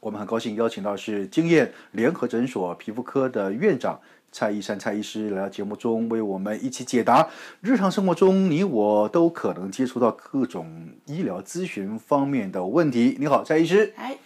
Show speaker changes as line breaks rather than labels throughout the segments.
我们很高兴邀请到是经验联合诊所皮肤科的院长蔡医生蔡医师来到节目中，为我们一起解答日常生活中你我都可能接触到各种医疗咨询方面的问题。你好，蔡医师。
哎，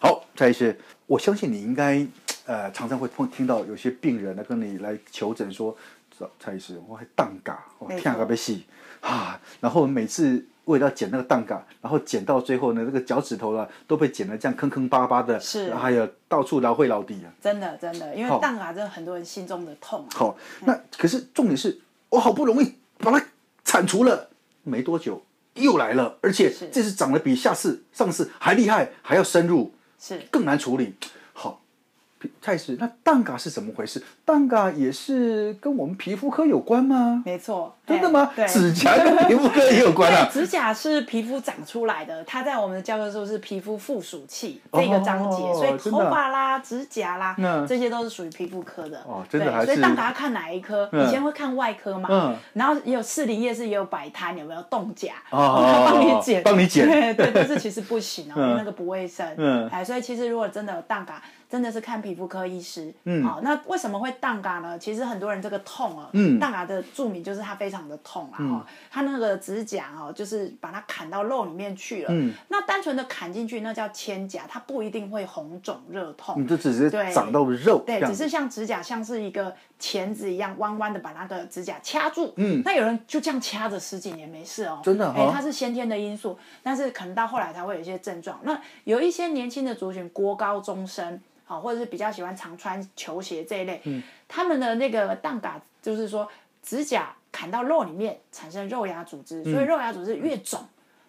好，蔡医师，我相信你应该呃常常会碰听到有些病人来跟你来求诊说，蔡蔡医师，我还当嘎，我
没错
天啊被洗啊，然后每次。为了要剪那个蛋嘎，然后剪到最后呢，那个脚趾头啊都被剪得这样坑坑巴巴的，
是
哎呀，到处老会老底啊。
真的真的，因
好
为蛋嘎真的很多人心中的痛啊。
好，那可是重点是我好不容易把它铲除了，没多久又来了，而且
是
这次长得比下次、上次还厉害，还要深入，
是
更难处理。好，皮蔡司，那蛋嘎是怎么回事？蛋嘎也是跟我们皮肤科有关吗？
没错，
真的
哎
吗？
对，
指甲跟皮肤科也有关啊
对。指甲是皮肤长出来的，它在我们的教科书是皮肤附属器
哦
这个章节，所以
真
头
的啊
发啦、指甲啦
嗯，
这些都是属于皮肤科的。
哦真的
对，
还
所
是
以蛋嘎看哪一科？
嗯
以前会看外科嘛
嗯，
然后也有士林夜市也有摆摊，有没有冻甲？
哦哦哦
他帮你剪，
帮你 剪
对对，但是其实不行哦，
嗯
因为那个不卫生。
嗯
哎，所以其实如果真的有蛋嘎，真的是看皮肤科医师。
嗯
好，那为什么会蛋嘎呢？其实很多人这个痛啊，
嗯
蛋嘎的著名就是它非常的痛啊，哦，它那个指甲哦，就是把它砍到肉里面去了。
嗯
那单纯的砍进去，那叫牵甲，它不一定会红肿热痛。
你就只是
对
长到肉嗯这
对，
样
只
子，
是像指甲像是一个钳子一样弯弯的把那个指甲掐住。
嗯
那有人就这样掐着十几年没事哦，
真的
哎、
哦
它是先天的因素，但是可能到后来才会有一些症状。那有一些年轻的族群，国高中生。好，或者是比较喜欢常穿球鞋这一类，
嗯
他们的那个蛋嘎，就是说指甲砍到肉里面产生肉芽组织，
嗯
所以肉芽组织越肿，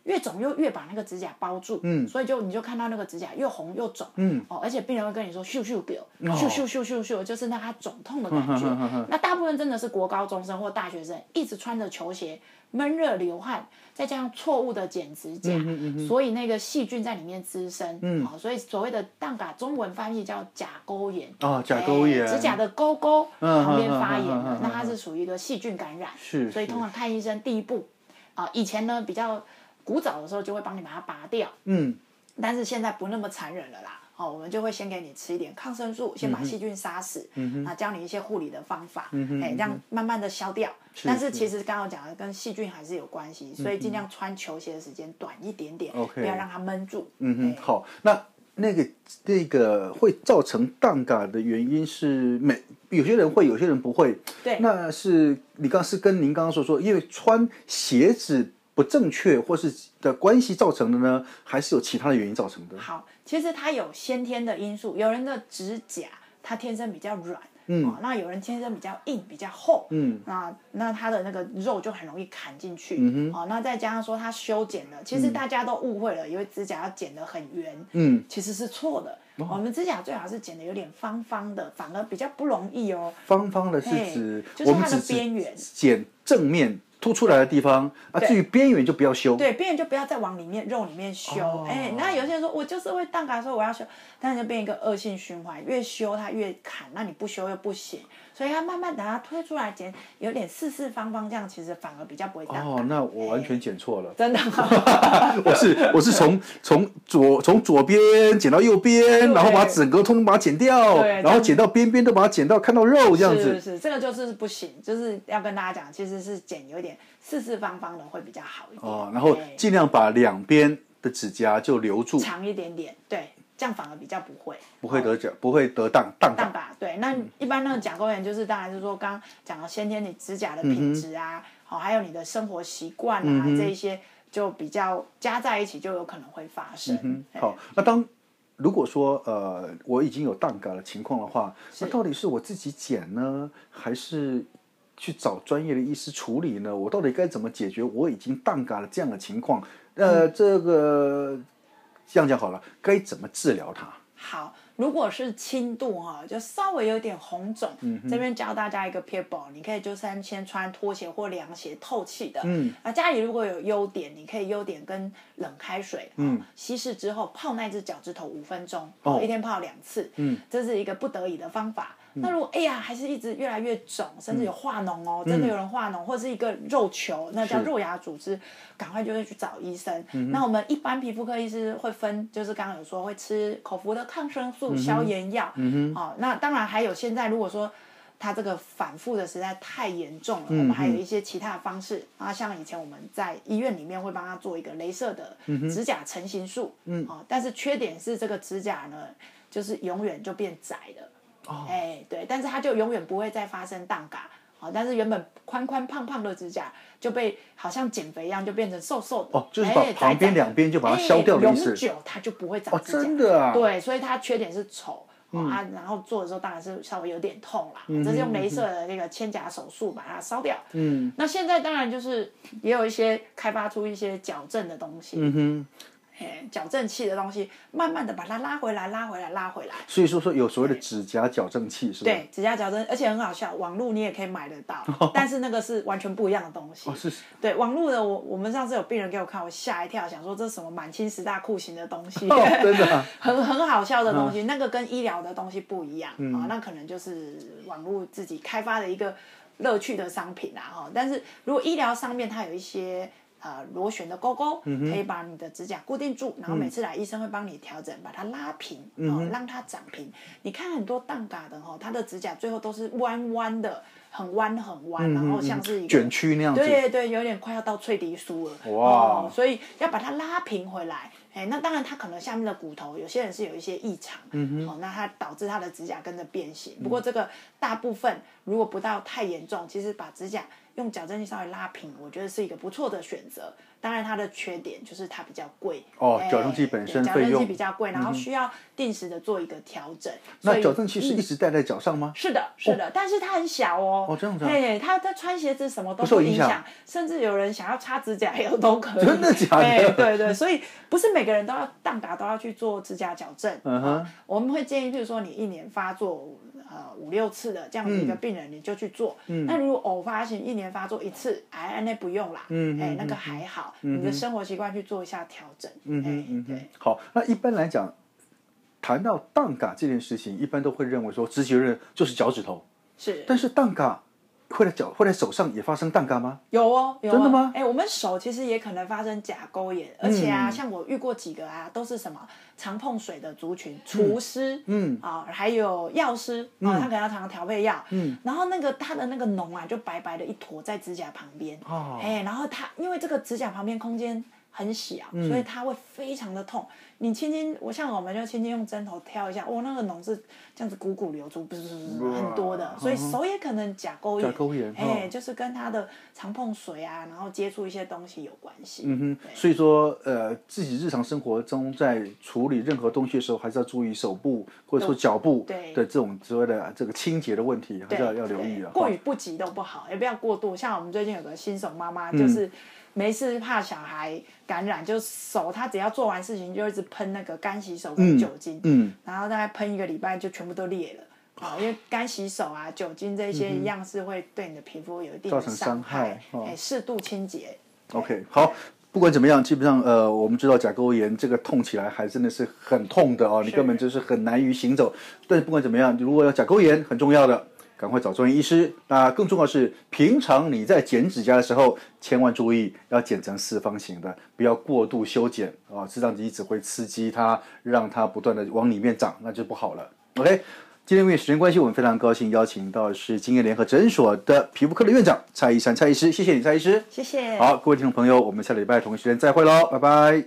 越肿又越把那个指甲包住，
嗯
所以就你就看到那个指甲又红又肿，
嗯，
哦，而且病人会跟你说咻咻给，
哦
咻咻咻咻咻，就是那他肿痛的感觉。
嗯嗯嗯嗯
那大部分真的是国高中生或大学生，一直穿着球鞋，闷热流汗，再加上错误的剪指甲，所以那个细菌在里面滋生，
嗯
好、所以所谓的蛋嘎，中文翻译叫甲沟炎。
啊甲沟炎
哎指甲的沟沟
嗯
旁边发炎
嗯嗯嗯嗯
了
嗯，
那它是属于一个细菌感染，
是
所以
是
通常看医生第一步，啊、以前呢比较古早的时候就会帮你把它拔掉，
嗯，
但是现在不那么残忍了啦。哦，我们就会先给你吃一点抗生素，先把细菌杀死，嗯、啊，教你一些护理的方法，嗯哎，让慢慢的消掉。但是嗯其实刚刚讲的跟细菌还是有关系，所以尽量穿球鞋的时间短一点点，
OK
不要让它闷住。
嗯
哎
哼，好，那那个那个会造成蛋嘎的原因是每有些人会，有些人不会。
对
那是你刚是跟您刚刚所说，因为穿鞋子不正确或是的关系造成的呢，还是有其他的原因造成的？
好，其实它有先天的因素，有人的指甲它天生比较软，
嗯
哦，那有人天生比较硬、比较厚，
嗯，
那那它的那个肉就很容易砍进去，
嗯
哦，那再加上说它修剪了，其实大家都误会了，以为指甲要剪得很圆，
嗯，哦
其实是错的。我们指甲最好是剪得有点方方的，反而比较不容易哦。
方方的是
嘿
指、
就是
我们
它
只
的
只
边缘
剪正面凸出来的地方啊，
对
至于边缘就不要修。，
对，别人就不要再往里面肉里面修。哎、
哦
那有些人说我就是会蛋嘎，说我要修，但是就变一个恶性循环，越修它越砍，那你不修又不行，所以它慢慢等它推出来剪，有点四四方方这样，其实反而比较不会蛋嘎。
哦，那我完全剪错了。
真的吗？
我是我是从从左从左边剪到右边，然后把整个通通把它剪掉，
对
然后剪到边边都把它剪到看到肉这样
是是
子。
是，这个就是不行，就是要跟大家讲，其实是剪有点四四方方的会比较好一点。
哦，然后
哎
尽量把两边的指甲就留住。
长一点点，对，这样反而比较不会
不会得奖，不会得当当
蛋
当。
白。对，那
嗯
一般那个甲沟炎就是当然是说刚刚讲的先天你指甲的
嗯
品质啊，好、还有你的生活习惯啊、这一些。就比较加在一起，就有可能会发生。
嗯
哎
好，那当如果说呃我已经有当嘎的情况的话，
是
那到底是我自己剪呢，还是去找专业的医师处理呢？我到底该怎么解决我已经当嘎了这样的情况？呃，
嗯
这个这样讲好了，该怎么治疗它？
好，如果是轻度哈、就稍微有点红肿，
嗯
这边教大家一个 p i b l 你可以就先先穿拖鞋或凉鞋透气的。
嗯，
啊，家里如果有优点，你可以优点跟冷开水，哦
嗯，
稀释之后泡那只脚趾头五分钟，
哦
一天泡两次，
嗯，
这是一个不得已的方法。那如果哎呀，还是一直越来越肿，甚至有化脓哦，真的有人化脓，或是一个肉球，那叫
嗯是嗯
肉芽组织，赶快就会去找医生。那我们一般皮肤科医师会分，就是刚刚有说会吃口服的抗生素、消炎药，
嗯
哦，那当然还有现在如果说它这个反复的实在太严重了，
嗯
我们还有一些其他的方式啊，像以前我们在医院里面会帮他做一个镭射的
嗯
指甲成形术，嗯，哦，但是缺点是这个指甲呢，就是永远就变窄了，
哦
哎，对，但是它就永远不会再发生荡嘎。好，但是原本宽宽胖胖的指甲就被好像减肥一样，就变成瘦瘦的。
哦就是
哎
把
窄
旁
窄
边
的
两边就把它削掉的
哎
意思
永久它就不会长
哦，
指甲。
真的啊，，嗯
对，所以它缺点是丑、哦啊，然后做的时候当然是稍微有点痛啦，这是用镭射的那个牵甲手术把它烧掉。
嗯
那现在当然就是也有一些开发出一些矫正的东西，
嗯哼。
哎矫正器的东西，慢慢的把它拉回来，拉回来，拉回来。
所以说说有所谓的指甲矫正器是吧？
对，指甲矫正，而且很好笑，网络你也可以买得到，但是那个是完全不一样的东西。
哦哦，是
对，网络的我，我们上次有病人给我看，我吓一跳，想说这是什么满清十大酷刑的东西。
哦，真的啊，
很很好笑的东西，那个跟医疗的东西不一样啊、那可能就是网络自己开发的一个乐趣的商品啦哈。但是如果医疗上面它有一些呃螺旋的勾勾，可以把你的指甲固定住，然后每次来医生会帮你调整，把它拉平，哦，让它长平。你看很多蛋嘎的哦哈，它的指甲最后都是弯弯的，很弯很弯，然后像是一个
卷曲那样子。
对对，有点快要到脆皮酥了。
哇
哦所以要把它拉平回来。哎，那当然，它可能下面的骨头，有些人是有一些异常，嗯哦，那它导致它的指甲跟着变形。
嗯
不过这个大部分如果不到太严重，其实把指甲用矫正器稍微拉平，我觉得是一个不错的选择。当然，它的缺点就是它比较贵。
哦
哎
矫正器本身
对
费
矫正器
用嗯
比较贵，然后需要定时的做一个调整。所
那
以嗯
矫正器是一直戴在脚上吗？
是的，是的，但是它很小哦。
哦这样子啊
嘿，它它穿鞋子什么都
不受影
影
响
响，甚至有人想要插指甲也都可以。
真的假的
嘿对对，所以不是每个人都要当打都要去做指甲矫正。
嗯哼，
我们会建议，譬如说你一年发作呃五六次的这样子一个病人，你就去做。那如果偶发型，一年发作一次，哎，那不用啦。
嗯
哎
嗯，
那个还好，你的生活习惯去做一下调整。
嗯
哎
哼，嗯哼
对。
好，那一般来讲，谈到当嘎这件事情，一般都会认为说直觉认就是脚趾头，
是。
但是当嘎会在脚会在手上也发生当嘎吗？
有哦，有哦
真的吗
哎、我们手其实也可能发生甲沟炎，而且啊，
嗯
像我遇过几个啊，都是什么常碰水的族群，厨师，嗯啊、还有药师啊、
嗯
他可能要常常调配药，嗯，然后那个他的那个脓啊，就白白的一坨在指甲旁边，
哦
哎、然后它因为这个指甲旁边空间很小，
嗯
所以它会非常的痛。你轻轻，我像我们就轻轻用针头挑一下，哇、那个脓是这样子汩汩流出，不是很多的，所以手也可能甲沟炎，
嗯甲沟炎
哎、
哦
就是跟它的常碰水啊，然后接触一些东西有关系。
嗯哼，
对
所以说呃，自己日常生活中在处理任何东西的时候，还是要注意手部或者说脚部
对
的这种所谓的呃这个清洁的问题，还
对，
是要要留意
对
啊。
过于不及都不好，也不要过度。像我们最近有个新手妈妈，
嗯
就是没事怕小孩感染，就手她只要做完事情就一直喷那个干洗手跟酒精，
嗯，
然后大概喷一个礼拜就全部都裂了。啊，因为干洗手啊、酒精这些一样是会对你的皮肤有一定
嗯造
的
成伤
伤
害哦
哎，适度清洁。
OK，好，不管怎么样，基本上呃，我们知道甲沟炎这个痛起来还真的是很痛的哦，你
是
根本就是很难于行走。但是不管怎么样，如果要甲沟炎很重要的，赶快找专业医师。那更重要的是，平常你在剪指甲的时候，千万注意要剪成四方形的，不要过度修剪啊，这样子你只会刺激它，让它不断的往里面长，那就不好了。OK。今天因为时间关系，我们非常高兴邀请到的是经验联合诊所的皮肤科的院长蔡医生，蔡医师，谢谢你，蔡医师，
谢谢。
好，各位听众朋友，我们下礼拜同一时间再会喽，拜拜。